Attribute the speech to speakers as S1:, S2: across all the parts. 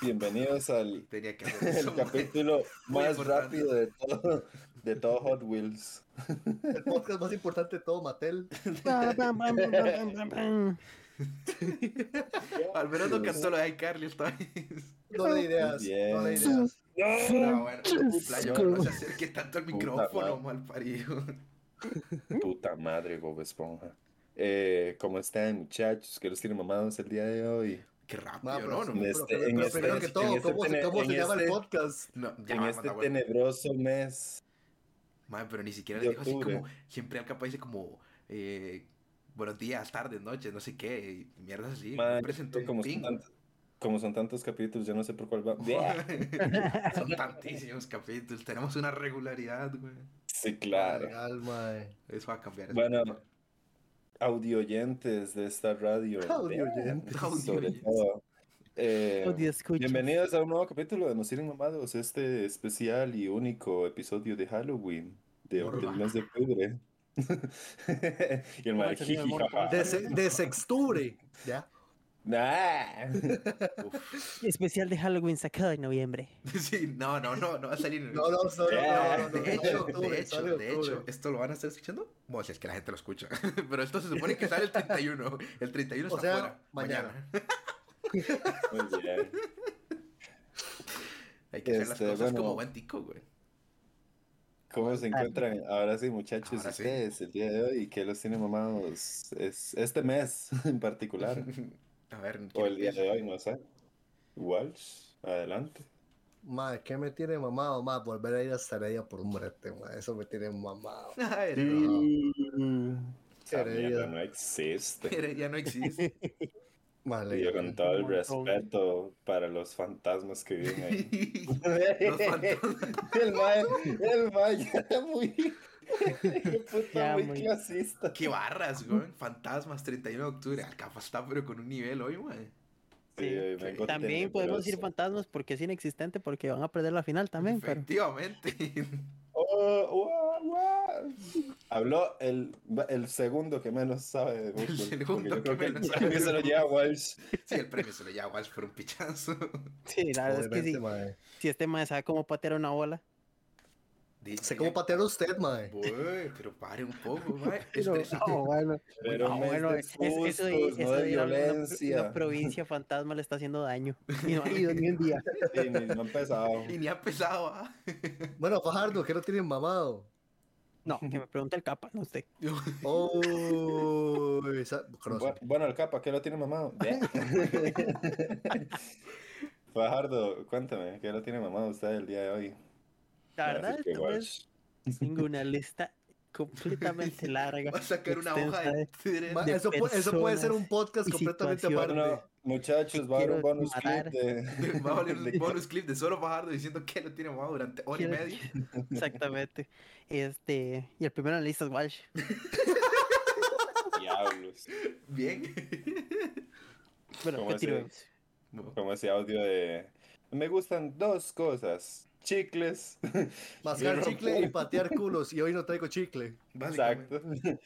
S1: Bienvenidos al
S2: Tenía que hacer eso,
S1: el
S2: güey.
S1: capítulo
S2: Muy
S1: más
S2: importante.
S1: rápido de todo, de todo Hot Wheels.
S3: El podcast más importante de todo, Mattel.
S4: Bam, bam, bam, bam, bam, bam, bam.
S2: Al menos no cantó lo de iCarly esta vez.
S3: No de ideas.
S1: Bien.
S3: No de ideas.
S2: No, bueno, playo, no se acerque tanto al
S1: Puta
S2: micrófono, mal parido.
S1: Puta madre, Bob Esponja. Eh, ¿Cómo están, muchachos? ¿Qué los tiene mamados el día de hoy?
S2: Qué rápido,
S3: No,
S2: ¿no?
S3: pero-
S2: no,
S1: En
S3: pero-
S1: este-
S3: pero-
S1: en
S3: pero
S1: este-
S3: primero que
S1: en
S3: todo,
S1: este
S3: ¿cómo, se-
S1: tene-
S3: cómo
S1: en
S3: se llama el
S1: este-
S3: podcast?
S2: no, ya
S1: en
S2: va,
S1: este
S2: manda, güey.
S1: tenebroso mes.
S2: Madre, pero ni siquiera
S1: de
S2: le dijo así
S1: octubre.
S2: como, siempre al capa dice como, eh, buenos días, tardes, noches, no sé qué, y mierdas así.
S1: Madre,
S2: no presentó
S1: como,
S2: un
S1: son
S2: ping.
S1: tant- como son tantos capítulos, yo no sé por cuál va. Bien.
S2: Son tantísimos capítulos, tenemos una regularidad, güey.
S1: Sí, claro.
S3: Calma, eh.
S2: Eso va a cambiar.
S1: Bueno, Audio oyentes de esta radio.
S3: Audioyentes.
S1: Sobre
S2: Audioyentes.
S1: todo. Eh,
S4: Audio escuchas.
S1: bienvenidos a un nuevo capítulo de Nos Tienen Mamados, este especial y único episodio de Halloween de,
S2: Morra.
S1: del mes de octubre. y el
S4: Morra,
S1: mae,
S4: tenía
S1: jiji,
S4: morra.
S1: jaja.
S3: De, se- de sextubre. Ya.
S1: Nah.
S2: Uf.
S4: Especial de Halloween sacado en noviembre.
S2: Sí, no, no, no, no va a salir. en-
S3: No, no, no, no,
S1: Yeah.
S3: no, no, no,
S2: de hecho,
S3: no, octubre,
S2: de hecho,
S3: sale
S2: de
S3: octubre.
S2: hecho, ¿esto lo van a estar escuchando? Bueno, si es que la gente lo escucha. Pero esto se supone que sale el 31. El 31
S3: O
S2: está
S3: sea,
S2: fuera.
S3: mañana.
S1: Muy bien.
S2: Hay que hacer las
S1: Este,
S2: cosas
S1: bueno.
S2: como buen tico, güey.
S1: ¿Cómo se encuentran ahora sí, muchachos,
S2: Ah, Ahora sí.
S1: ustedes el día de hoy? ¿Qué los tiene mamados es, este mes en particular?
S2: A ver,
S1: o el día
S2: ¿quién
S1: de hoy, no sé. Walsh, adelante.
S3: Madre, ¿qué me tiene mamado? Madre, volver a ir hasta Heredia por un brete, madre. Eso me tiene mamado.
S2: empieza? Ah, Heredia.
S4: Yo
S1: Esa mierda
S3: Heredia.
S1: no existe.
S2: Heredia no existe.
S3: Madre,
S1: Y con todo el
S4: Un montón.
S1: respeto para los fantasmas que viven ahí.
S2: Los fantasmas.
S1: el mae, el mae ya está muy, qué puta,
S4: Ya,
S1: muy
S4: muy-
S1: clasista.
S2: Qué barras, güey. Fantasmas, 31 de octubre. Alcafa está, pero con un nivel hoy, güey.
S1: Sí, hoy vengo
S4: También podemos decir
S1: tenebroso.
S4: fantasmas porque es inexistente porque van a perder la final también, pero
S2: Efectivamente.
S1: Oh, guau, guau. Habló el, el segundo que menos sabe de fútbol.
S2: El segundo
S1: porque yo creo
S2: que
S1: que,
S2: menos
S1: el
S2: sabe
S1: que
S2: de
S1: se lo
S2: fútbol.
S1: lleva Walsh.
S2: Sí, el premio se lo lleva Walsh por un pichazo.
S4: sí, la verdad Ah, es que
S3: obviamente,
S4: sí.
S3: madre.
S4: Si este mae sabe cómo patear una bola,
S3: Sé cómo patear usted, madre.
S2: Uy, pero pare un poco, güey.
S4: pero no, bueno,
S1: Pero
S4: no,
S1: un mes
S4: bueno,
S1: de
S4: es- es- eso de,
S1: sustos,
S4: eso
S1: no de
S4: de ir a una-
S1: violencia.
S4: una provincia fantasma le está haciendo daño y no ha ido ni un día.
S1: Sí, ni- no ha empezado.
S2: Y ni ha pesado, ¿ah?
S3: Bueno, Fajardo, ¿qué no tiene mamado?
S4: No, que me pregunte el capa, no usted.
S3: Oh, esa- cross.
S1: Bu- Bueno, el capa, ¿qué lo tiene mamado? Ve. Fajardo, cuéntame, ¿qué lo tiene mamado usted el día de hoy?
S4: La
S1: Para
S4: verdad,
S1: decir que
S4: esta vez tengo una lista completamente larga.
S2: Va a sacar una hoja
S4: extensa
S2: de tres.
S3: Ma-
S4: de
S3: eso, pu- eso puede
S4: personas
S3: ser un podcast
S4: y
S3: completamente
S1: Walsh.
S4: situaciones.
S3: aparte.
S1: Bueno, muchachos, va a haber un
S4: Quiero
S1: bonus
S4: matar.
S1: clip de...
S2: Va a valer un bonus clip de solo Fajardo diciendo que lo tiene mamado durante hora y
S4: Quiero-
S2: media.
S4: Exactamente. Este, y el primero en la lista es Walsh.
S1: Diablos.
S2: Bien.
S4: Bueno,
S1: ¿Cómo
S4: continuemos.
S1: Como ese audio de... Me gustan dos cosas. Chicles.
S3: Mascar
S1: Pero-
S3: chicle y patear culos. Y hoy no traigo chicle.
S2: Básicamente.
S1: Exacto.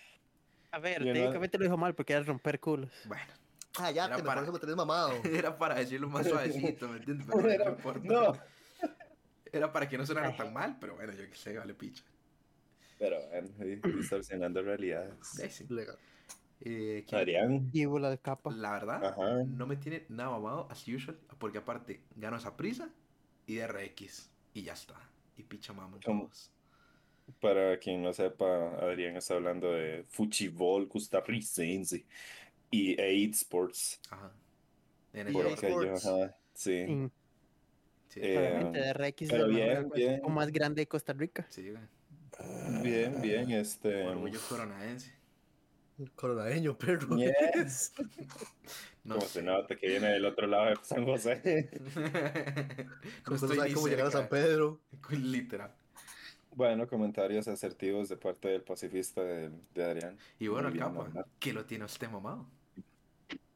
S4: A ver,
S1: Yo no-
S4: técnicamente lo dijo mal porque era romper culos.
S2: Bueno,
S3: Ah, ya,
S2: Era
S3: te
S2: para-
S3: me parece que me tenés mamado.
S2: era para decirlo más suavecito, ¿me entiendes? Pero
S1: Era-
S2: no importa.
S1: no,
S2: Era para que no sonara tan mal, pero bueno, yo qué sé, vale picha.
S1: pero bueno, sí, distorsionando realidades.
S2: Sí, sí.
S3: Legal.
S2: Eh, ¿quién-
S1: Adrián,
S4: Y la capa.
S2: La verdad,
S1: Ajá.
S2: no me tiene nada mamado, as usual, porque aparte gano esa prisa y DRX. Y ya está. Y picha mamo.
S1: ¿Cómo?
S2: todos.
S1: para quien no sepa, Adrián está hablando de fuchibol costarricense y e Sports.
S2: Ajá. En
S3: Y
S2: el
S1: Por
S3: EA
S2: Jordan.
S1: aquello,
S3: Sports.
S1: ajá, sí.
S4: Sí,
S2: Sí,
S1: Eh,
S4: claramente, de RX
S1: pero
S4: es la
S1: bien,
S4: mejor
S1: bien.
S4: o más grande de Costa Rica.
S2: sí, güey.
S1: Bien, bien, este.
S2: Orgullo coronadense.
S3: Coronadeño, perro.
S1: Yes.
S2: No
S1: Como
S2: sé.
S1: se nota que viene del otro lado de San José.
S2: no
S3: Usted
S2: estoy
S3: no sabe
S2: ni
S3: cómo llegar a San
S2: cerca.
S3: Pedro.
S2: Literal.
S1: Bueno, comentarios asertivos de parte del pacifista de, de Adrián.
S2: Y bueno,
S1: Muy
S2: el
S1: bien,
S2: capa,
S1: Omar.
S2: que lo tiene usted mamado.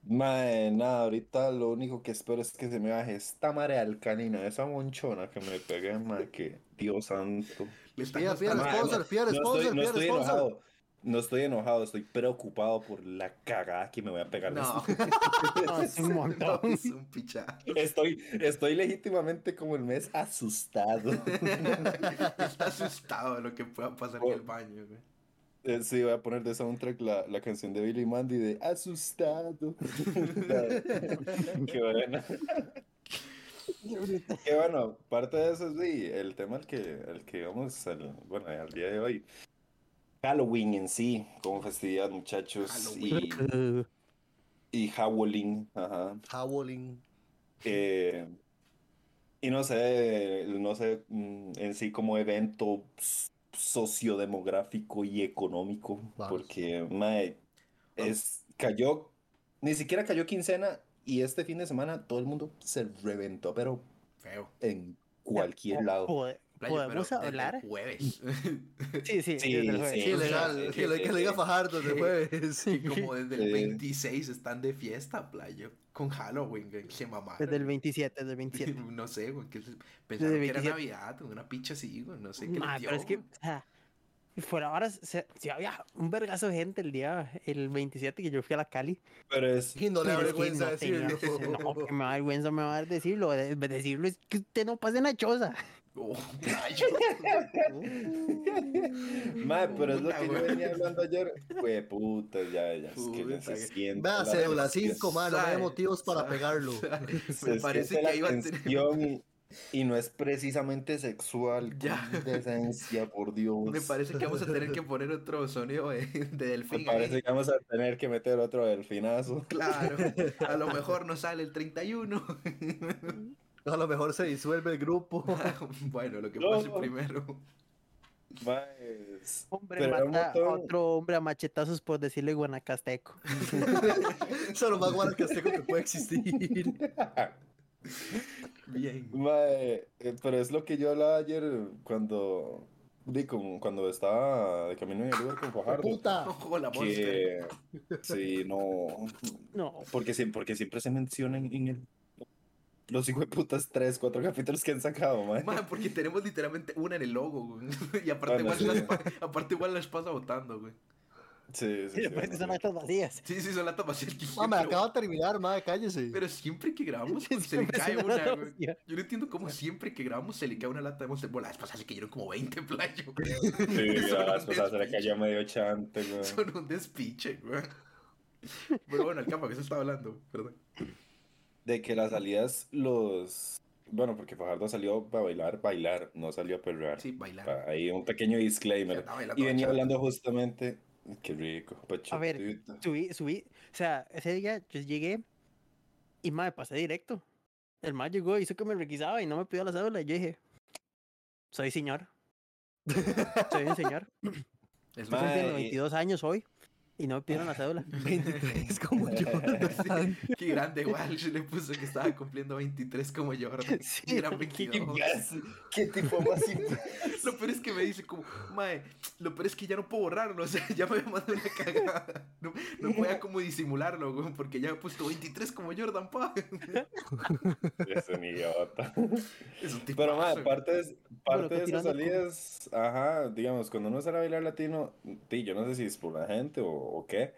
S1: Mae, nada, ahorita lo único que espero es que se me baje esta marea alcanina, esa monchona que me pegué, mae, que Dios santo.
S2: Le está
S3: Fía, fía,
S2: costando-
S1: Mae,
S3: sponsor,
S1: no,
S3: fiel
S1: no
S3: sponsor,
S1: estoy, no
S3: fiel
S1: estoy
S3: sponsor.
S1: enojado. No estoy enojado, estoy preocupado por la cagada que me voy a pegar.
S2: No.
S1: después.
S4: No,
S3: Ah,
S4: es un montón.
S2: No, es un pichazo.
S1: Estoy, estoy legítimamente como el mes asustado.
S2: Está asustado de lo que pueda pasar en el baño, güey.
S1: Eh, Sí, voy a poner de soundtrack la, la canción de Billy Mandy de Asustado. Qué bueno. Qué bueno, parte de eso es sí, el tema al que, al que vamos al, bueno, al día de hoy. Halloween en sí, como festividad, muchachos. Y, y Howling, ajá.
S3: Ah, Howling.
S1: Eh, y no sé, no sé mm, en sí como evento s- sociodemográfico y económico,
S3: Vamos.
S1: porque mae, es, cayó, ni siquiera cayó quincena y este fin de semana todo el mundo se reventó, pero
S2: Feo.
S1: en cualquier lado.
S4: Pod-
S2: Playa,
S4: ¿Podemos
S2: pero desde el
S4: hablar?
S2: Jueves.
S4: Sí, sí.
S1: Sí,
S4: desde el
S1: sí.
S4: jueves.
S3: Sí,
S1: o
S3: legal.
S1: sea,
S3: Que lo que le diga
S1: eh,
S3: Fajardo
S2: eh,
S3: de jueves.
S2: Sí, como desde el
S1: Eh.
S2: 26 están de fiesta, playo. Con Halloween, güey. Se mamaron.
S4: Desde el 27, desde el 27.
S2: No sé, güey. que se- Pensaron que era
S4: 27.
S2: Navidad, güey, una picha así, güey. No sé qué
S4: Ma,
S2: les dio.
S4: pero es que,
S2: güey.
S4: o sea, fuera ahora, se, sí había un vergazo de gente el día, el 27 que yo fui a la Cali.
S1: Pero es,
S3: Y no le da
S4: Pero es que
S3: vergüenza
S4: no tenía-
S3: decirlo.
S4: No, que me va a dar vergüenza, me va a dar decirlo. de- de Decirlo es que usted no pase en la choza.
S2: Oh, playo.
S1: mae, pero es lo
S2: Puta,
S1: que yo
S2: güey.
S1: venía hablando ayer. Güey, puta, ya, ya, es que
S2: Puta,
S1: se
S2: que-
S1: siente
S3: Vea,
S1: la
S3: cédula
S1: tensión.
S3: 5, mano. No hay
S2: Sabe,
S3: motivos para
S2: sabe,
S3: pegarlo.
S2: sabe.
S1: se
S2: Me parece
S1: siente
S2: que
S1: la
S2: iba a tener.
S1: tensión y, y no es precisamente sexual,
S2: Ya.
S1: con decencia, por Dios.
S2: Me parece que vamos a tener que poner otro sonido de, de
S1: Me
S2: delfín.
S1: parece
S2: ahí.
S1: que vamos a tener que meter otro delfinazo.
S2: Claro, a lo mejor no sale el 31.
S3: A lo mejor se disuelve el grupo.
S2: bueno, lo que
S1: No.
S2: pase primero.
S1: Mae, es-
S4: Hombre
S1: Pero era un
S4: mata a
S1: montón.
S4: otro hombre a machetazos por decirle guanacasteco.
S3: Eso es lo más guanacasteco que puede existir.
S2: Bien.
S1: Mae, eh, pero es lo que yo hablaba ayer cuando, di, como cuando estaba de camino en el lugar con Fajardo.
S3: ¡Puta!
S2: Ojo, la mosca.
S1: Que sí, no.
S4: No,
S1: Porque, siem- porque siempre se mencionan en el. Los hijos de putas, tres, cuatro capítulos que han sacado, mae.
S2: Man, porque tenemos literalmente una en el logo, güey. Y aparte,
S1: Bueno,
S2: igual,
S1: sí.
S2: las, pa- aparte igual las pasa votando, güey.
S1: Sí, sí,
S4: y
S1: sí,
S4: después que
S1: mae.
S4: pues, son actas vacías.
S2: Sí, sí, son latas vacías que
S3: Ah, me
S2: siempre-
S3: acabo de terminar, madre, cállese.
S2: Pero siempre que grabamos,
S4: Sí,
S2: Pues se le
S4: siempre
S2: cae
S4: son
S2: una,
S4: latas
S2: güey.
S4: vacías.
S2: Yo no entiendo cómo siempre que grabamos se le cae una lata de monster. Bueno, las pasadas le cayeron como 20 playo.
S1: Sí,
S2: Eso
S1: ya,
S2: no
S1: las
S2: es
S1: cosas se le
S2: pinche.
S1: cayó medio chante, güey.
S2: Son un despiche, güey. Pero bueno, el campo que se está hablando, perdón.
S1: De que las salidas, los. Bueno, porque Fajardo salió para bailar, bailar, no salió a perrear.
S2: Sí, bailar.
S1: Pa- Ahí un pequeño disclaimer.
S2: Andaba bailando
S1: Ah, Y venía
S2: bachata.
S1: hablando justamente. Qué rico,
S4: A ver,
S1: pachatito.
S4: Subí, subí. O sea, ese día yo llegué y me pasé directo. El más llegó, hizo que me requisaba y no me pidió la cédula. Y yo dije, soy señor. Soy un señor.
S2: Es
S4: Yo
S1: Ma-
S2: más,
S4: cumpliendo
S1: Mae.
S4: 22 años hoy y no me pidieron la cédula.
S3: 23 como yo.
S2: qué grande Walsh le puso que estaba cumpliendo 23 como Jordan.
S4: Sí,
S2: Y era
S4: qué
S2: 22.
S1: ¿Qué tipo más imp-
S2: Lo peor es que me dice como, mae, lo peor es que ya no puedo borrarlo, o sea, ya me mandó una cagada. No, no podía como disimularlo, güey, porque ya he puesto 23 como Jordan, pa.
S1: Es un idiota.
S2: Es un tipo
S1: Pero, más parte de, parte de
S4: está
S1: esas
S4: tirando con-
S1: salidas, ajá, digamos, cuando uno sale a bailar latino, sí, yo no sé si es por la gente o, o qué,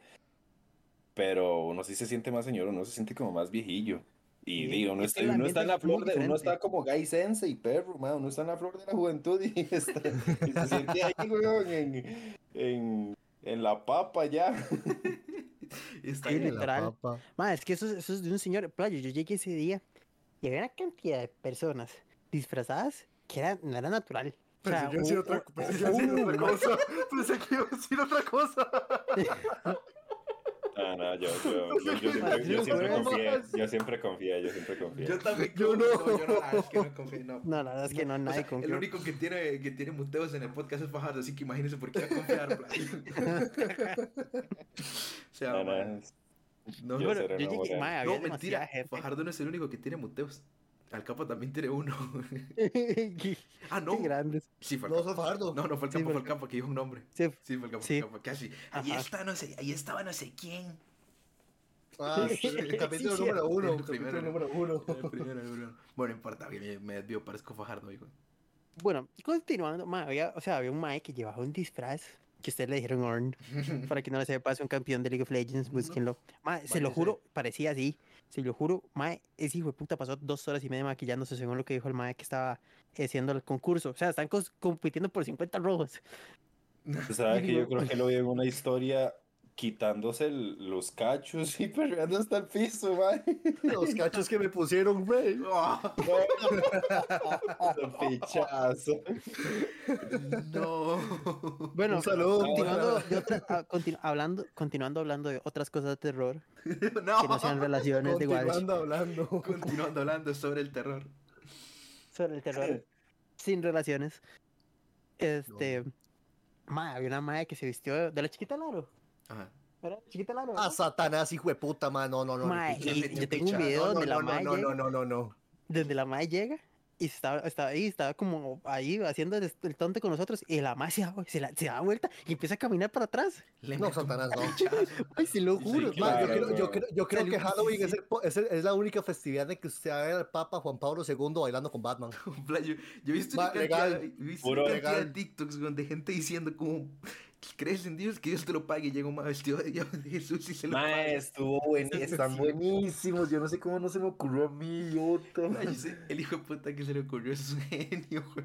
S1: pero uno sí se siente más señor, uno se siente como más viejillo. Y
S4: Sí,
S1: di, uno,
S4: es que
S1: está,
S4: el
S1: uno está
S4: ambiente
S1: en la
S4: es muy
S1: flor de, uno
S4: diferente.
S1: está como gay sensei, perro, ma, uno está en la flor de la juventud y, está- y se siente ahí, weón, en, en, en la papa ya.
S2: Está
S4: Sí,
S2: bien.
S4: la- literal. Ma, es que eso, es- eso es de un señor. Playo, yo llegué ese día y había una cantidad de personas disfrazadas que era, no era natural. O sea,
S3: Pensé que iba a decir
S4: hubo-
S3: otra
S4: hubo-
S3: pensé que iba a decir
S4: hubo
S3: otra
S4: un ma-
S3: cosa. Pensé que iba a decir otra cosa.
S1: No, no, yo, yo, yo, yo siempre, yo siempre confié, yo siempre confié, yo siempre confié.
S2: Yo también.
S3: Yo
S2: como-
S3: no.
S2: yo no, ah, es que no confío, no.
S4: No, la verdad es que no,
S2: O
S4: nadie
S2: sea, el
S4: confió.
S2: único que tiene, que tiene muteos en el podcast es Fajardo, así que imagínense por qué va a confiar. plan. o sea,
S1: No,
S2: man,
S1: no,
S3: eh,
S2: no,
S1: yo
S4: Bueno,
S1: seré
S4: yo llegué,
S1: enamorado.
S4: ma, había
S2: no, mentira.
S4: demasiada gente.
S2: Fajardo no es el único que tiene muteos. Al capo también tiene uno.
S4: Qué-
S2: ah, no.
S4: Qué grandes.
S2: Sí, fue el
S3: No,
S2: capo.
S3: soy Fajardo.
S2: No, no fue el campo,
S4: Sí, fue
S2: fue
S4: el
S2: el campo que dijo un nombre.
S4: Sí,
S2: Sí, fue el campo,
S4: Sí.
S2: fue el campo, casi. Ahí
S4: Ajá.
S2: está, no sé, ahí estaba no sé quién.
S3: Ah, sí,
S4: Sí,
S3: el capítulo
S4: sí,
S3: número uno.
S2: el primero,
S3: capítulo
S2: el-
S3: número uno.
S2: Era el primero, el primero. Bueno, no importa, bien, me desvío, parezco Fajardo, hijo.
S4: Bueno, continuando, ma, había, o sea, había un mae que llevaba un disfraz que ustedes le dijeron Orn. Para que no le sepa, es un campeón de League of Legends, búsquenlo. Mae, se lo
S2: Váyase.
S4: juro, parecía así. Se lo juro, mae, ese hijo de puta pasó dos horas y media maquillándose según lo que dijo el mae que estaba eh, haciendo el concurso. O sea, están cos- compitiendo por 50 robos.
S1: O sea, que yo
S4: digo-
S1: creo que lo vi en una historia quitándose el- los cachos y perreando hasta el piso, mae.
S3: Los cachos que me pusieron, güey.
S2: Oh,
S1: Pichazo.
S2: no.
S4: Bueno,
S3: Un saludo.
S4: continuando, de otra- a- continu- hablando, continuando hablando de otras cosas de terror que no sean
S2: no.
S4: relaciones de Walsh.
S3: Continuando hablando.
S2: Continuando hablando sobre el terror.
S4: sobre el terror sin relaciones. Este, ma, había una madre que se vistió de la chiquita Laro.
S2: Ajá.
S4: ¿Era la chiquita Laro?
S3: A
S4: verdad?
S3: Satanás, hijo de puta, man. No, no, no. ni
S4: Mae,
S3: picha,
S4: y
S3: ni
S4: yo tengo un
S3: picha.
S4: video
S3: No, no,
S4: donde la
S3: no,
S4: mae
S3: No, no,
S4: llega.
S3: no, no, no.
S4: Donde la madre llega y estaba, estaba ahí, estaba como ahí haciendo el, el tonto con nosotros. Y la madre se da, se, la- se da vuelta y empieza a caminar para atrás.
S2: Le
S3: No,
S2: meto un
S3: Satanás, no.
S2: pinchazo.
S4: Ay, se lo
S2: Sí,
S4: juro.
S2: sí,
S3: Ma,
S4: ma,
S1: claro.
S3: yo, creo, yo,
S1: no.
S3: creo, yo creo
S2: Salió
S3: que
S2: un
S3: Halloween es,
S2: 17.
S3: el po- es, el- es la única festividad de que usted va a ver al Papa Juan Pablo II bailando con Batman.
S2: Un playo. Yo he visto una
S3: Va,
S2: cantidad,
S3: legal.
S2: he visto
S1: Puro
S2: una cantidad de
S3: legal.
S2: TikToks donde gente diciendo como crees en Dios que Dios te lo pague y llega un mae vestido de Dios de Jesús y se lo paga.
S1: Mae, estuvo buen, están buenísimos. Yo no sé cómo no se me ocurrió a mí, otro.
S2: Ay, ese- El hijo de puta que se le ocurrió es un genio, güey.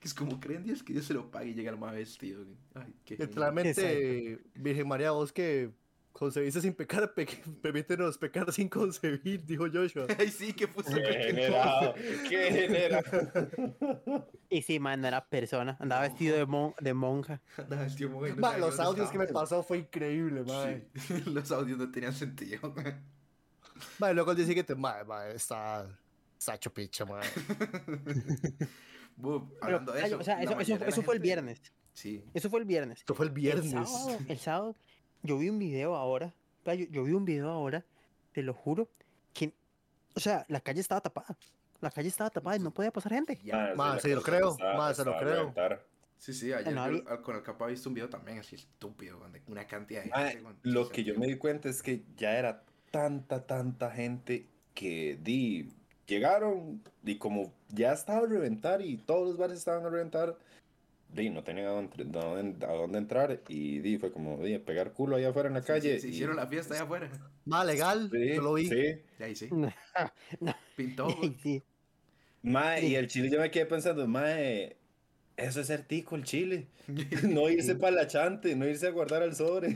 S2: Que es como creen Dios que Dios se lo pague y llega el más vestido. güey. Ay, qué genio.
S3: Literalmente, Virgen María, vos que concebiste sin pecar, pe- permítenos pecar sin concebir, dijo Joshua.
S2: Ay, sí, que puso
S1: Qué
S2: cualquier
S1: generado, qué generado.
S4: Y sí, ma, no era persona. Andaba vestido de, mon- de monja.
S2: cosa. Andaba vestido muy bueno,
S3: Ma,
S2: sabe
S3: los
S2: dónde
S3: audios que me
S2: estaba.
S3: pasó fue increíble, mae.
S2: Sí, los audios no tenían sentido. güey.
S3: Mae, luego dice que te, mae, mae, está, está hecho picha, mae.
S2: Bob,
S4: Pero,
S2: hablando de
S4: ay,
S2: eso.
S4: o sea,
S2: la
S4: eso, eso-
S2: mayoría de la
S4: eso fue el
S2: gente-
S4: viernes.
S2: Sí.
S4: Eso fue el viernes.
S3: Esto fue el
S4: El
S3: viernes.
S4: sábado, el sábado, yo vi un video ahora, pa, yo, yo vi un video ahora, te lo juro, que, o sea, la calle estaba tapada, la calle estaba tapada y no podía pasar gente.
S2: Ya.
S1: Ah,
S3: Mae, se lo creo, mae, se lo creo.
S2: Sí, sí, ayer
S4: Bueno,
S2: yo-
S4: alguien-
S2: al- con el capa he visto un video también así estúpido, donde una cantidad de
S1: Mae,
S2: gente. güey,
S1: Ah, Lo
S2: sin
S1: que yo
S2: sentido.
S1: me di cuenta es que ya era tanta, tanta gente que di, llegaron y como ya estaba a reventar y todos los bares estaban a reventar, di, no tenían a dónde, dónde- a dónde entrar y di, fue como, di, a pegar culo allá afuera en la
S2: Sí, sí,
S1: calle.
S2: se
S1: y-
S2: hicieron la fiesta allá afuera.
S3: Mae, legal,
S1: Sí,
S3: yo lo vi.
S1: sí.
S2: Y ahí sí.
S4: No.
S2: Pintó.
S4: Y
S2: güey.
S4: sí,
S1: Mae,
S4: Sí.
S1: y el chile yo me quedé pensando, mae, eso es ser tico el chile. No irse para la chante, no irse a guardar al sobre.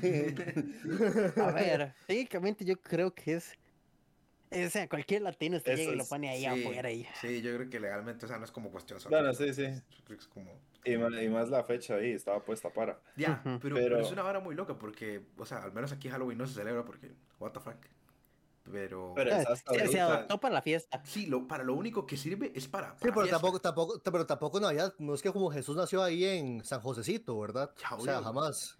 S4: a ver, técnicamente yo creo que es, o sea, cualquier latino usted
S1: Eso
S4: llega y lo
S1: es-
S4: pone ahí
S2: Sí,
S4: afuera y
S2: Sí, yo creo que legalmente, o sea, no es como cuestión solo.
S1: Bueno, sí, sí.
S2: Yo creo que es como.
S1: Y ma- y más, la fecha ahí, estaba puesta para.
S2: Ya,
S4: Ujú.
S2: pero, pero
S1: Pero-
S2: es una vara muy loca porque, o sea, al menos aquí Halloween no se celebra porque, what the fuck. Pero.
S1: Pero
S4: Eh,
S1: es hasta
S4: se, se
S1: ahorita.
S4: adoptó para la fiesta.
S2: Sí, lo, para lo único que sirve es para.
S3: Sí,
S2: para
S3: pero
S2: fiesta.
S3: tampoco, tampoco, t- pero tampoco no había, no es que como Jesús nació ahí en San Josecito, ¿verdad?
S2: Ya,
S3: o sea,
S2: Ah, obvio.
S3: jamás.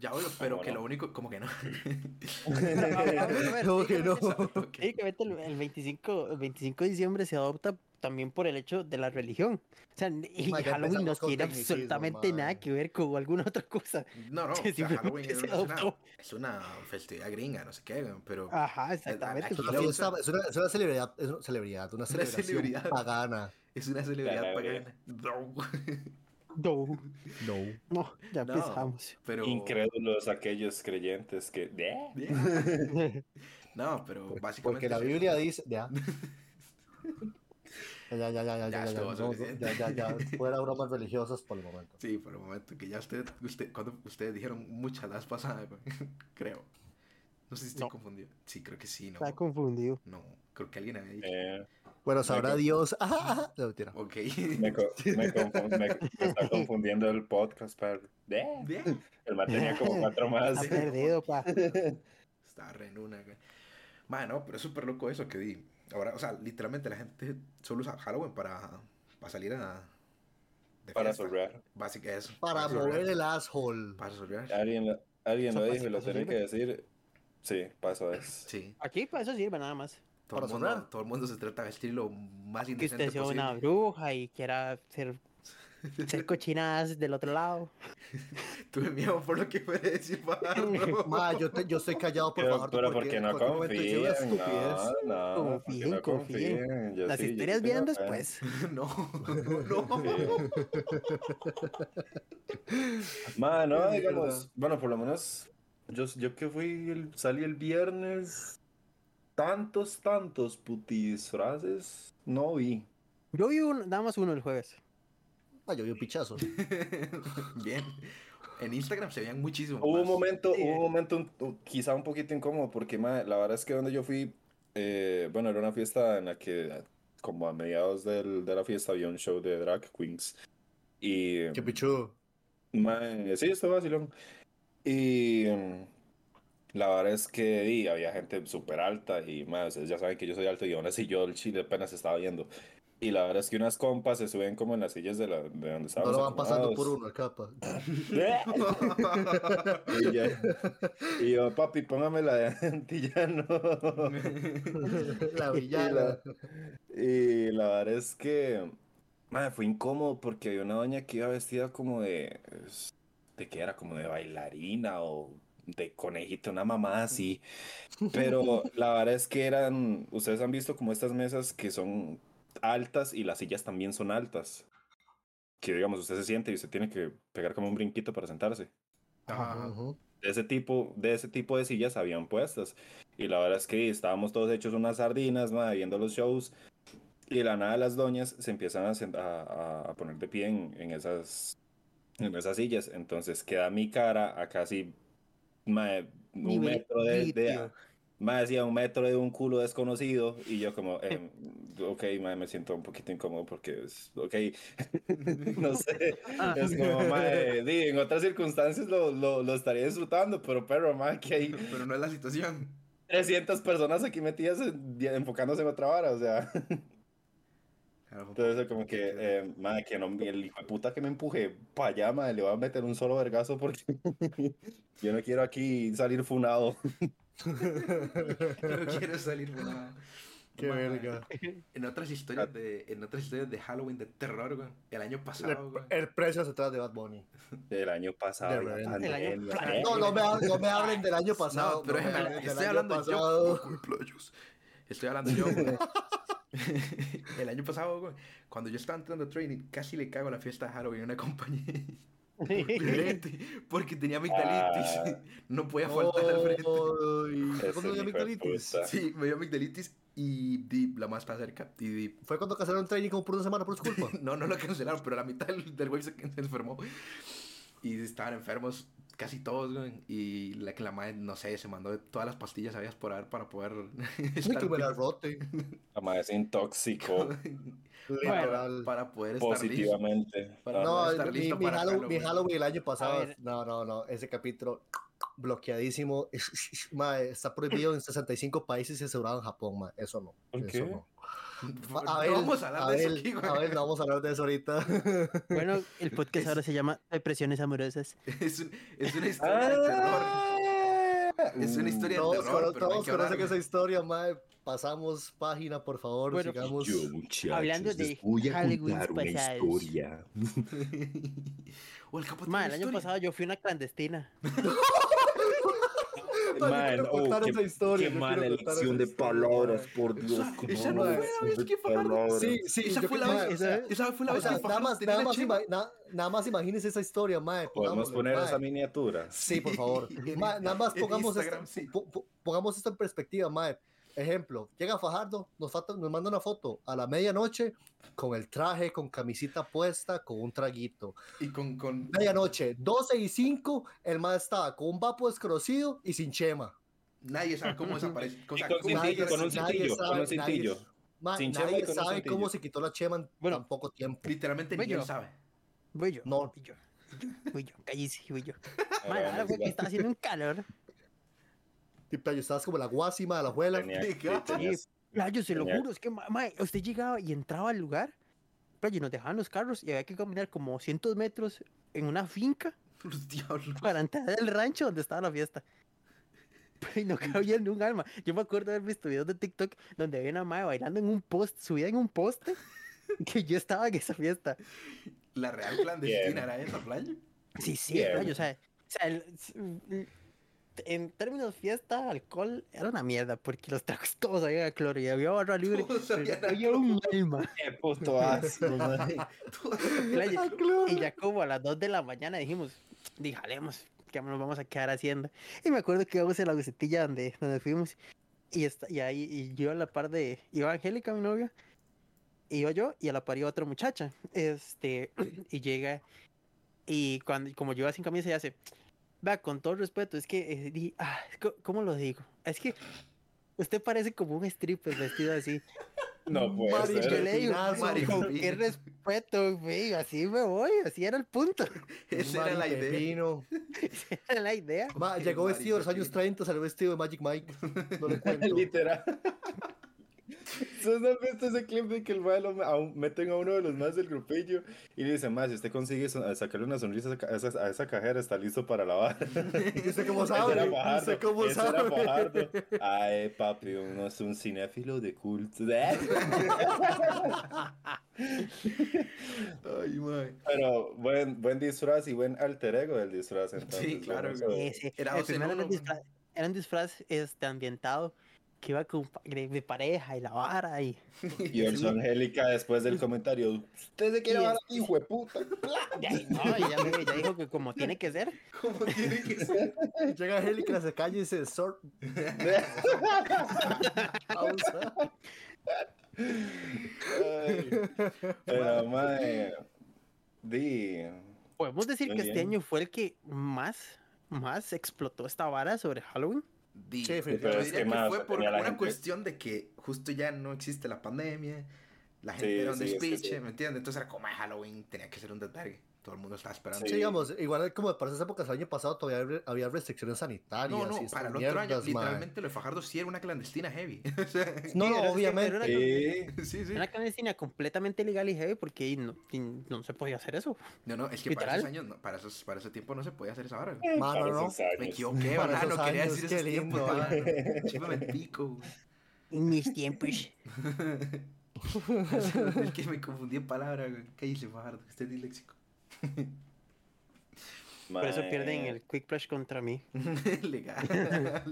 S2: Ya, obvio, pero
S1: ¿Cómo
S2: que
S1: no?
S2: lo único, como que no.
S4: No, a ver, a ver,
S3: No, que no.
S4: técnicamente-
S2: Ok.
S4: Técnicamente el, el 25, el 25 de diciembre se adopta también por el hecho de la religión. O sea, n- y
S3: Ma, ya
S4: Halloween no
S3: empezamos con
S4: tiene
S3: tecnicismos,
S4: absolutamente nada
S3: mae.
S4: que ver con alguna otra cosa.
S2: No, no, o
S4: Sí,
S2: sea, Halloween
S4: simplemente
S2: es
S4: se
S2: una, es una-
S4: adoptó.
S2: es una festividad gringa, no sé qué, güey, pero.
S4: Ajá, exactamente.
S2: aquí
S4: por
S3: Pero
S2: la
S4: eso-
S3: luego
S2: fiesta-
S3: estaba- es, una, es una celebridad, es una celebridad, una celebración
S2: celebridad.
S3: pagana.
S2: Es una celebridad
S1: Calavera.
S2: pagana. No,
S4: No,
S3: No.
S4: no, ya
S2: No.
S4: empezamos.
S2: pero.
S1: Incrédulos aquellos creyentes que. ¿Eh?
S2: Yeah.
S4: Pero
S2: No, pero básicamente.
S3: Porque la
S2: es eso.
S3: Biblia dice, ya. Ya, ya, ya, ya, ya, ya, ya,
S2: estuvo
S3: no,
S2: suficiente.
S3: ya, ya, ya, fuera bromas religiosas por el momento.
S2: Sí, por el momento que ya usted, usted cuando ustedes dijeron muchas las pasadas, güey, creo. No sé si estoy
S4: No.
S2: confundido. Sí, creo que sí, no.
S4: Está confundido.
S2: No, creo que alguien había dicho.
S1: Eh,
S3: Bueno, sabrá
S1: Michael.
S3: Dios. Ah, no, mentira.
S2: Ok.
S1: me, co- me confun- me- me está confundiendo el podcast, para ¿Eh?
S2: Bien.
S1: El man tenía como cuatro más.
S4: Está perdido, pa.
S2: Está re en una, güey. Ma, no, pero es súper loco eso que di. Ahora, o sea, literalmente la gente solo usa Halloween para, para salir a. de
S1: Para
S2: fiesta.
S1: sorrear.
S2: Básicamente eso.
S3: Para
S2: sorrear.
S3: mover el asshole.
S2: Para sorrear.
S1: Alguien, lo- alguien lo
S4: Eso
S1: dijo y lo
S4: pasa,
S1: tenía
S4: eso
S1: que decir. Sí, paso es.
S2: Sí.
S4: Aquí para eso sirve nada más.
S2: Todo, el
S3: Para
S2: mundo,
S3: sorrear.
S2: todo el mundo se trata de vestir lo más
S4: Que
S2: indecente
S4: usted sea
S2: posible.
S4: una bruja y quiera ser Ser cochinadas del otro lado.
S2: Tuve miedo por lo que fue decir Fajardo.
S3: Ma, yo, te- yo estoy callado por
S1: Pero,
S3: favor.
S1: pero porque no confían, no, no, porque
S4: Confíen,
S1: no
S4: confíen.
S1: confíen. Yo
S4: Las
S1: sí, yo
S4: historias
S1: sí
S4: vienen
S1: no sé.
S4: después.
S2: No, no.
S1: Ma, no,
S3: Es
S1: digamos,
S3: verdad.
S1: bueno, por lo menos yo, yo que fui, el- salí el viernes, tantos, tantos putis frases no vi.
S4: Yo vi un- nada más uno el jueves.
S3: Ah, yo vi un pichazo.
S2: Bien. En Instagram se veían muchísimo.
S1: Hubo
S2: más.
S1: un momento,
S4: Sí.
S1: hubo un momento un- un- quizá un poquito incómodo, porque ma, la verdad es que donde yo fui, eh, bueno, era una fiesta en la que como a mediados del- de la fiesta había un show de drag queens. Y
S3: Qué pichudo.
S1: Mae, sí, esto vacilón. Y mm, la verdad es que di, había gente súper alta y mae, ustedes ya saben que yo soy alto y aún así yo el chile apenas estaba viendo. Y la verdad es que unas compas se suben como en las sillas de, la, de donde
S3: No
S1: estábamos
S3: lo van pasando por
S1: acomodados.
S3: uno, al capa.
S1: Y, ya- y yo, papi, póngame la de antillano.
S3: La villana.
S1: Y la verdad es que mae, fue incómodo porque había una doña que iba vestida como de. ¿De qué era? Como de bailarina o de conejito, una mamá así. Pero la verdad es que eran. Ustedes han visto como estas mesas que son altas y las sillas también son altas. Que digamos, usted se siente y usted tiene que pegar como un brinquito para sentarse
S2: Ajá.
S3: Ujú.
S1: de ese tipo, de ese tipo de sillas habían puestas. Y la verdad es que estábamos todos hechos unas sardinas, ma, viendo los shows. Y de la nada las doñas se empiezan a, sent- a- a- a poner de pie en, en esas, en esas sillas. Entonces queda mi cara a casi ma, un
S4: Nivel
S1: metro de, de-
S4: líquido.
S1: ma, decía, un metro de un culo desconocido. Y yo como, em, ok, ma, me siento un poquito incómodo porque es, ok, no sé.
S4: Ah,
S1: Es como, mae, di, en otras circunstancias lo, lo, lo estaría disfrutando, pero perro, mae, que hay
S2: Pero no es la situación.
S1: 300 personas aquí metidas en- enfocándose en otra vara, o sea.
S2: Claro,
S1: Entonces, como que, eh, mae, que no, el hijo de puta que me empuje para allá, mae, le voy a meter un solo vergazo porque yo no quiero aquí salir funado.
S2: No quiero salir por nada.
S3: Qué
S2: Ma,
S3: verga. Ah.
S2: En otras historias de, en otras historias de Halloween de terror, güey. El año pasado, güey.
S3: El, el precio se trata de Bad Bunny.
S1: El año pasado,
S3: De
S1: la
S3: repente.
S4: El año
S1: pandemia,
S4: pasado.
S1: mae.
S3: Eh, No, no me, ha- no me hablen del año pasado.
S2: No, pero
S3: no me hablen del
S2: estoy
S3: año
S2: hablando yo.
S3: pasado.
S2: por cumpleaños. Estoy hablando yo. güey. el año pasado, güey, cuando yo estaba entrando a training, casi le cago a la fiesta de Halloween a una compañía. Porque- Porque tenía amigdalitis.
S1: Ah.
S2: No podía faltar al frente.
S3: Ay, ¿fue
S1: Es
S3: cuando
S1: un hijo
S3: dio
S1: de
S3: amigdalitis?
S1: puta.
S2: Sí, me dio amigdalitis y di, la más está cerca. Y di,
S3: Fue cuando cancelaron training como por una semana por su culpa.
S2: no, no lo cancelaron, pero la mitad del, del web se, se enfermó. Y estaban enfermos casi todos, güey. Y la que la madre, no sé, se mandó todas las pastillas habías por haber para poder
S3: Ni que
S2: estar
S3: me la
S2: bien.
S3: rote.
S1: La mae se intoxicó
S3: Literal.
S2: para poder estar listo.
S1: Oh. positivamente.
S2: Para-
S1: Ah,
S3: No,
S2: estar
S3: el- mi,
S2: listo
S3: mi
S2: para
S3: Halloween, mi
S2: Halloween.
S3: Halloween el año pasado.
S4: ver.
S3: No, no, no. Ese capítulo bloqueadísimo. Mae, está prohibido en 65 países y asegurado en Japón, mae. Eso no.
S1: ¿Por
S3: eso
S1: qué?
S3: no.
S2: Pues No
S3: A ver,
S2: vamos a hablar de eso
S3: ver,
S2: aquí, güey.
S3: a ver, no vamos a hablar de eso ahorita.
S4: Bueno, el podcast ahora se llama Depresiones Amorosas.
S2: Es, un- es una historia de terror.
S1: Ah,
S2: Es una historia de
S3: todos
S2: terror,
S3: cono-
S2: pero hay
S3: todos
S2: que hablar, güey.
S3: conocen esa historia, mae. Pasamos página, por favor.
S4: Bueno,
S3: sigamos.
S4: Hablando de Halloween pasados.
S2: O el capo tiene
S4: Ma, el
S2: una
S4: año
S2: historia.
S4: pasado yo fui una clandestina.
S3: Mae,
S1: Man,
S3: yo quiero contar
S1: oh, qué,
S3: esa historia,
S1: qué
S3: yo
S1: mala
S3: quiero contar esa
S1: elección de
S3: historia,
S1: palabras,
S3: mae.
S1: por Dios.
S2: Esa-
S1: qué
S2: esa
S3: no
S1: mala
S3: fue la
S1: elección
S2: vez
S1: de
S2: que Fajardo-
S1: palabras.
S3: Sí, sí.
S2: Esa
S3: yo
S2: fue
S3: que-
S2: la
S3: mae,
S2: vez-
S3: o sea,
S2: Esa fue la
S3: O
S2: vez
S3: sea,
S2: que
S3: nada
S2: Fajardo
S3: más,
S2: tenía
S3: nada
S2: la
S3: más,
S2: chiva.
S3: ima- na- nada más imagínense esa historia, mae.
S1: ¿Podemos
S3: pongámosle,
S1: poner
S3: mae.
S1: esa miniatura?
S3: Sí, por favor. Ma- nada más
S2: En
S3: pongamos,
S2: Instagram,
S3: esto,
S2: sí.
S3: po- po- pongamos esto en perspectiva, mae. Ejemplo, llega Fajardo, nos, falta- nos manda una foto a la medianoche con el traje, con camisita puesta, con un traguito.
S2: Y con, con...
S3: Medianoche, 12 y 5, el mae estaba con un vapo desconocido y sin chema.
S2: Nadie sabe cómo desaparece. O sea,
S1: con
S2: cómo-
S1: cintillo,
S3: nadie-
S1: con un
S3: nadie
S1: cintillo, con
S3: sabe,
S1: un cintillo. Ah,
S3: nadie- Ma,
S1: Sin chema y
S3: nadie
S1: con un
S3: sabe
S1: cintillo.
S3: cómo se quitó la chema en
S4: Bueno.
S3: tan poco tiempo.
S2: Literalmente ni
S4: Bello.
S2: él sabe.
S4: Voy yo.
S3: No.
S4: Voy yo. Voy yo. Cállese, voy yo. Ma,
S1: Ahora
S4: la verdad
S1: vamos
S4: fue que
S1: a-
S4: estaba haciendo un calor.
S3: Tipo, yo estabas como la guásima de la abuela.
S1: tenía-
S2: Sí,
S1: sí, tenías-
S4: La, yo se lo
S1: Genial.
S4: juro, es que ma- mae, usted llegaba y entraba al lugar, pero y nos dejaban los carros y había que caminar como 100 metros en una finca
S2: Los diablos.
S4: para entrar al rancho donde estaba la fiesta. Y no cabía ni un alma. Yo me acuerdo de haber visto videos de TikTok donde había una madre bailando en un post, subida en un poste, que yo estaba en esa fiesta.
S2: La real clandestina era esa playa.
S4: Sí, sí,
S1: Bien.
S4: rayo, o sea, o sea, el- s- mm, en términos de fiesta, alcohol, era una mierda, porque los tragos todos había cloro y había barra libre,
S2: Todos
S4: pero
S2: sabían
S4: no
S2: a
S4: había un alma.
S1: Qué puto asco, mae.
S2: Todas-
S4: Playa.
S3: Ah,
S4: Y ya como a las 2 de la mañana dijimos, díjalemos, ¿qué nos vamos a quedar haciendo? Y me acuerdo que íbamos en la bucetilla donde, donde fuimos, y, esta- y ahí y yo a la par de, iba Angélica, mi novia, iba yo, y a la par iba otra muchacha, este, y llega, y cuando, como yo iba sin camisa, ella hace, va, con todo respeto, es que, eh, di- ah, es co- ¿cómo lo digo? Es que usted parece como un stripper vestido así.
S1: No puede
S4: Y yo
S1: ser.
S4: le digo,
S3: Maripinazo.
S4: "Con- con qué respeto, güey, así me voy, así era el punto.
S2: Esa era la idea.
S3: Pepino.
S4: Era la idea.
S3: Ma,
S2: Qué
S3: llegó vestido de los
S2: maripepino.
S3: años 30, salió vestido de Magic Mike. No le cuento.
S1: Literal. ¿Ustedes no han visto ese clip de que el mae lo a un- meten a uno de los más del grupillo y le dicen, más si usted consigue son- sacarle una sonrisa a esa ca- a esa, a esa cajera, está listo para lavar.
S3: ¿Y usted cómo
S1: Ese
S3: sabe?
S1: era
S3: ¿Y
S1: Fajardo,
S3: usted cómo
S1: ese era
S3: sabe?
S1: Fajardo. Ay, papi, uno es un cinéfilo de culto. Eh,
S2: Ay, mae.
S1: Pero buen, buen disfraz y buen alter ego del disfraz. Entonces,
S2: Sí, claro,
S1: vamos a
S2: güey.
S1: ver.
S4: Sí, Eh, sí.
S2: Era
S4: El
S2: dos en
S4: primero era un
S2: uno, güey.
S4: disfraz, era un disfraz, este, ambientado que iba con pa- de, de pareja y la vara y
S1: Y Orson Angélica después del comentario, usted se quiere
S4: Y
S1: bajar aquí, hijo de puta.
S4: y ahí, no, y ya, me- ya dijo que como tiene que ser.
S2: ¿Cómo tiene que ser?
S3: Llega Angélica, se calla y se sor... pausa.
S1: Ay, Pero, mae, di,
S4: Podemos decir
S1: Muy
S4: que este
S1: bien.
S4: año fue el que más más explotó esta vara sobre Halloween.
S2: Di.
S3: Sí,
S2: Yo
S3: pero
S1: es que,
S2: diría que
S1: mae, o
S2: fue
S1: sea,
S2: por
S1: tenía la
S2: una
S1: gente-
S2: cuestión de que justo ya no existe la pandemia, la gente
S1: Sí,
S2: era un
S1: sí, es que
S2: despiche,
S1: sí.
S2: ¿me entiendes? Entonces era como "Ay, Halloween, tenía que ser un desvergue. Todo el mundo estaba esperando.
S1: Sí.
S3: Sí, digamos, igual como para esas épocas el año pasado todavía había- había restricciones sanitarias.
S2: Ah, No,
S3: y
S2: no,
S3: estas
S2: para el otro año,
S3: mierdas, ma.
S2: literalmente lo de Fajardo sí era una clandestina heavy. O sea,
S3: No,
S4: Sí,
S3: no,
S4: era-
S3: obviamente.
S4: Era una,
S1: sí,
S2: sí, sí.
S4: era una clandestina completamente legal y heavy porque ahí no, y no se podía hacer eso.
S2: No, no, es que para
S4: Literal.
S2: esos años, no, para, esos, para ese tiempo no se podía hacer esa vara. güey.
S3: Ma, no,
S1: para
S3: no.
S1: esos años.
S2: Me equivoqué,
S3: Para
S2: ¿verdad?
S3: esos
S2: No quería
S3: años,
S2: decir
S3: qué
S2: esos tiempos,
S3: lindo.
S2: ¿verdad? Chúpame el pico. güey.
S4: Mis tiempos.
S2: es que me confundí en palabras, güey. ¿Qué dice Fajardo? Que Usted es disléxico.
S4: Por eso
S1: Mae.
S4: pierden el Quick Flash contra mí.
S2: Legal.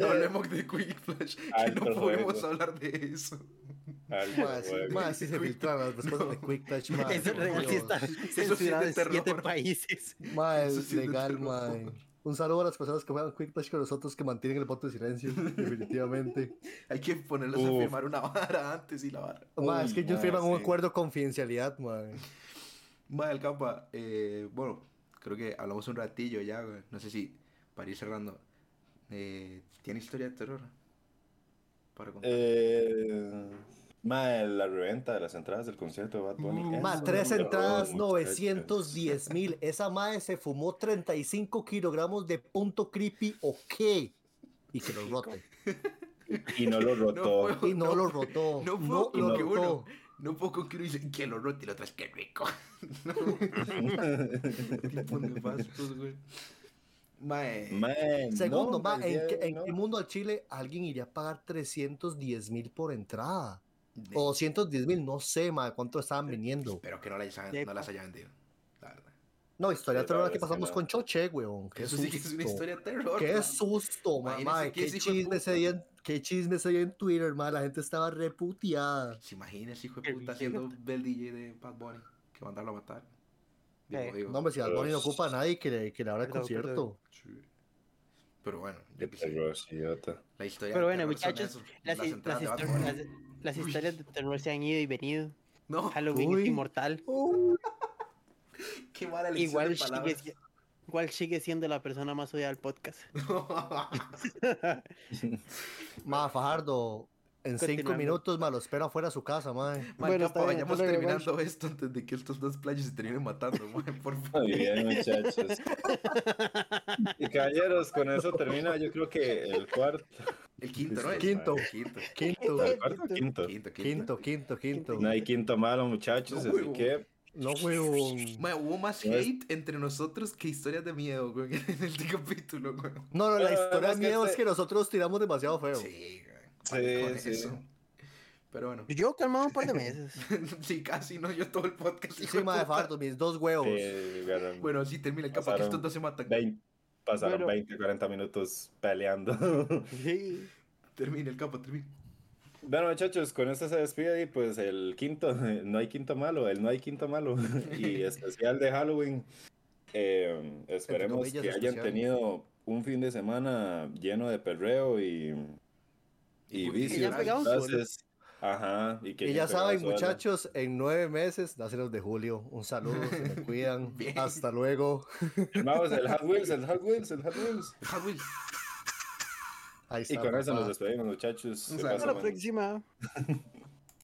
S2: No hablemos de Quick Flash, que
S1: Alto
S2: no podemos
S1: juego.
S2: hablar de eso.
S1: Alto
S3: Ma, sí,
S1: juego.
S3: ma, sí se
S2: Quick-
S3: filtraron las respuestas de
S2: no.
S3: Quick Touch, ma.
S4: Eso
S2: por
S4: real sí
S3: Dios.
S4: está
S2: sí es de
S4: censurado en siete
S2: terror.
S4: países.
S3: Ma,
S2: Eso
S3: es
S2: sí es de
S3: legal,
S2: terror.
S3: ma. Un saludo a las personas que juegan Quick Touch con nosotros que mantienen el voto de silencio, definitivamente.
S2: Hay que ponerlos a
S1: Uf.
S2: firmar una vara antes y la vara.
S3: Ma, es
S1: Uy,
S3: que ellos
S1: ma,
S3: firman un
S1: sí.
S3: acuerdo de confidencialidad, ma.
S2: Mae, el capa, eh, bueno, creo que hablamos un ratillo ya, güey. No sé si para ir cerrando. eh, ¿Tiene historia de terror? Para contar.
S1: Eh, mae, la reventa de las entradas del concierto de Bad Bunny.
S3: Ma,
S1: Eso
S3: Mm, tres
S1: me robó
S3: entradas,
S1: mucho,
S3: 910 mil. Esa madre se fumó 35 kilogramos de punto creepy o qué. Y que lo rote.
S1: Y no lo rotó.
S2: No fue-
S3: Y no lo rotó.
S2: No
S3: No,
S2: fue
S3: lo
S2: que uno.
S3: rotó.
S2: No puedo con que uno dice que lo rote y lo otro es que rico. no, tipo nefastos, güey. Mae.
S1: Mae, no,
S3: Segundo, ma,
S1: hombre,
S3: ¿en, qué,
S1: ya,
S3: en
S1: no.
S3: qué mundo al Chile alguien iría a pagar 310 mil por entrada?
S2: de-
S3: O 210 mil, no sé, ma, cuánto estaban vendiendo.
S2: Espero que no, las haya- no las haya vendido. La verdad.
S3: No, historia
S1: Sí, la
S3: terror
S1: verdad es
S3: que
S1: que
S3: pasamos
S1: no.
S3: con Choche, weón. Qué
S2: Eso sí que es una
S3: susto.
S2: historia de terror.
S3: Qué
S2: man.
S3: susto, ma,
S2: Imagínese
S3: ma,
S2: que
S3: Qué
S2: ese hijo de
S3: chisme se
S2: puta.
S3: dio en, qué chisme se dio en Twitter, ma. La gente estaba reputeada.
S2: ¿Se imagina ese hijo de
S4: Qué
S2: puta
S4: miedo.
S2: haciendo del DJ de Bad Bunny? Que va a mandarlo a matar. Digo,
S4: Eh,
S2: digo,
S3: No, hombre, si Bad Bunny no ocupa a nadie que le, que le abra el
S4: Perdón, perdón.
S3: concierto.
S2: sí. Pero bueno,
S1: Qué
S2: yo qué sé.
S1: terror, idiota.
S2: La historia
S4: Pero
S2: de
S4: bueno,
S2: terror son
S4: muchachos,
S2: eso,
S4: Las, hi- las
S2: entradas de Bad
S4: histor-
S2: Bunny.
S4: las- las
S2: Uy.
S4: historias de terror se han ido y venido.
S2: No,
S4: Halloween
S3: Uy.
S4: es inmortal.
S2: qué mala elección
S4: Igual
S2: de
S4: sigue,
S2: palabras.
S4: si- igual sigue siendo la persona más odiada del podcast.
S3: Ma, Fajardo, en cinco
S4: Continuando.
S3: minutos, ma, lo espero afuera de su casa, ma.
S4: Bueno,
S2: Bueno,
S4: está bien,
S2: vayamos
S4: hasta luego,
S2: terminando esto antes de que estos dos playas se terminen matando, man, por favor.
S1: Muy bien, muchachos. Y caballeros, con eso termina yo creo que el cuarto.
S2: El quinto, ¿no? El
S3: Quinto.
S2: Quinto.
S3: Quinto,
S1: El cuarto, quinto.
S2: Quinto, quinto.
S3: quinto, quinto, quinto.
S1: No hay quinto malo, muchachos,
S2: No,
S1: así
S2: huevo.
S1: que
S3: No, weón.
S2: Ma, hubo más
S1: No es-
S2: hate entre nosotros que historias de miedo, güey, en el este capítulo, güey.
S3: No, no, la
S1: Pero
S3: historia
S1: es
S3: de
S1: que
S3: miedo es
S1: este-
S3: que nosotros tiramos demasiado feo.
S2: Sí, güey. Vale,
S1: Sí,
S2: con
S1: sí.
S2: eso. Pero bueno.
S4: Yo llevo calmado un par de meses.
S2: sí, casi no, yo todo el podcast. hijo de
S3: Encima de
S2: puta.
S3: fardo, mis dos huevos.
S1: Sí, vieron,
S2: Bueno, sí, termina el capa que
S1: Pasaron
S2: estos dos se matan.
S1: 20 pasaron
S4: Bueno.
S1: 20, 40 minutos peleando.
S4: Sí.
S2: Termina el capa, termina.
S1: bueno, muchachos, con esto se despide y pues el quinto, no hay quinto malo, el no hay quinto malo y especial de Halloween. Eh, esperemos que
S3: comillas,
S1: hayan
S3: especial.
S1: tenido un fin de semana lleno de perreo y, y
S2: Y
S1: vicios. Ah,
S4: hayan pegado un solo.
S1: entonces, Ajá, y que
S3: Y
S1: hayan
S3: ya
S1: pegado
S3: saben,
S1: solo.
S3: muchachos, en nueve meses, naceros de julio. Un saludo, se me cuidan.
S2: Bien.
S3: Hasta luego.
S1: Vamos, el Hot Wheels, el Hot Wheels, el Hot Wheels.
S2: Ah, Will.
S3: Ahí
S1: Y
S3: está.
S1: con eso nos
S3: papá.
S1: despedimos, muchachos.
S2: Un
S1: Se
S2: saludo.
S4: Hasta la
S1: pasan-
S4: próxima.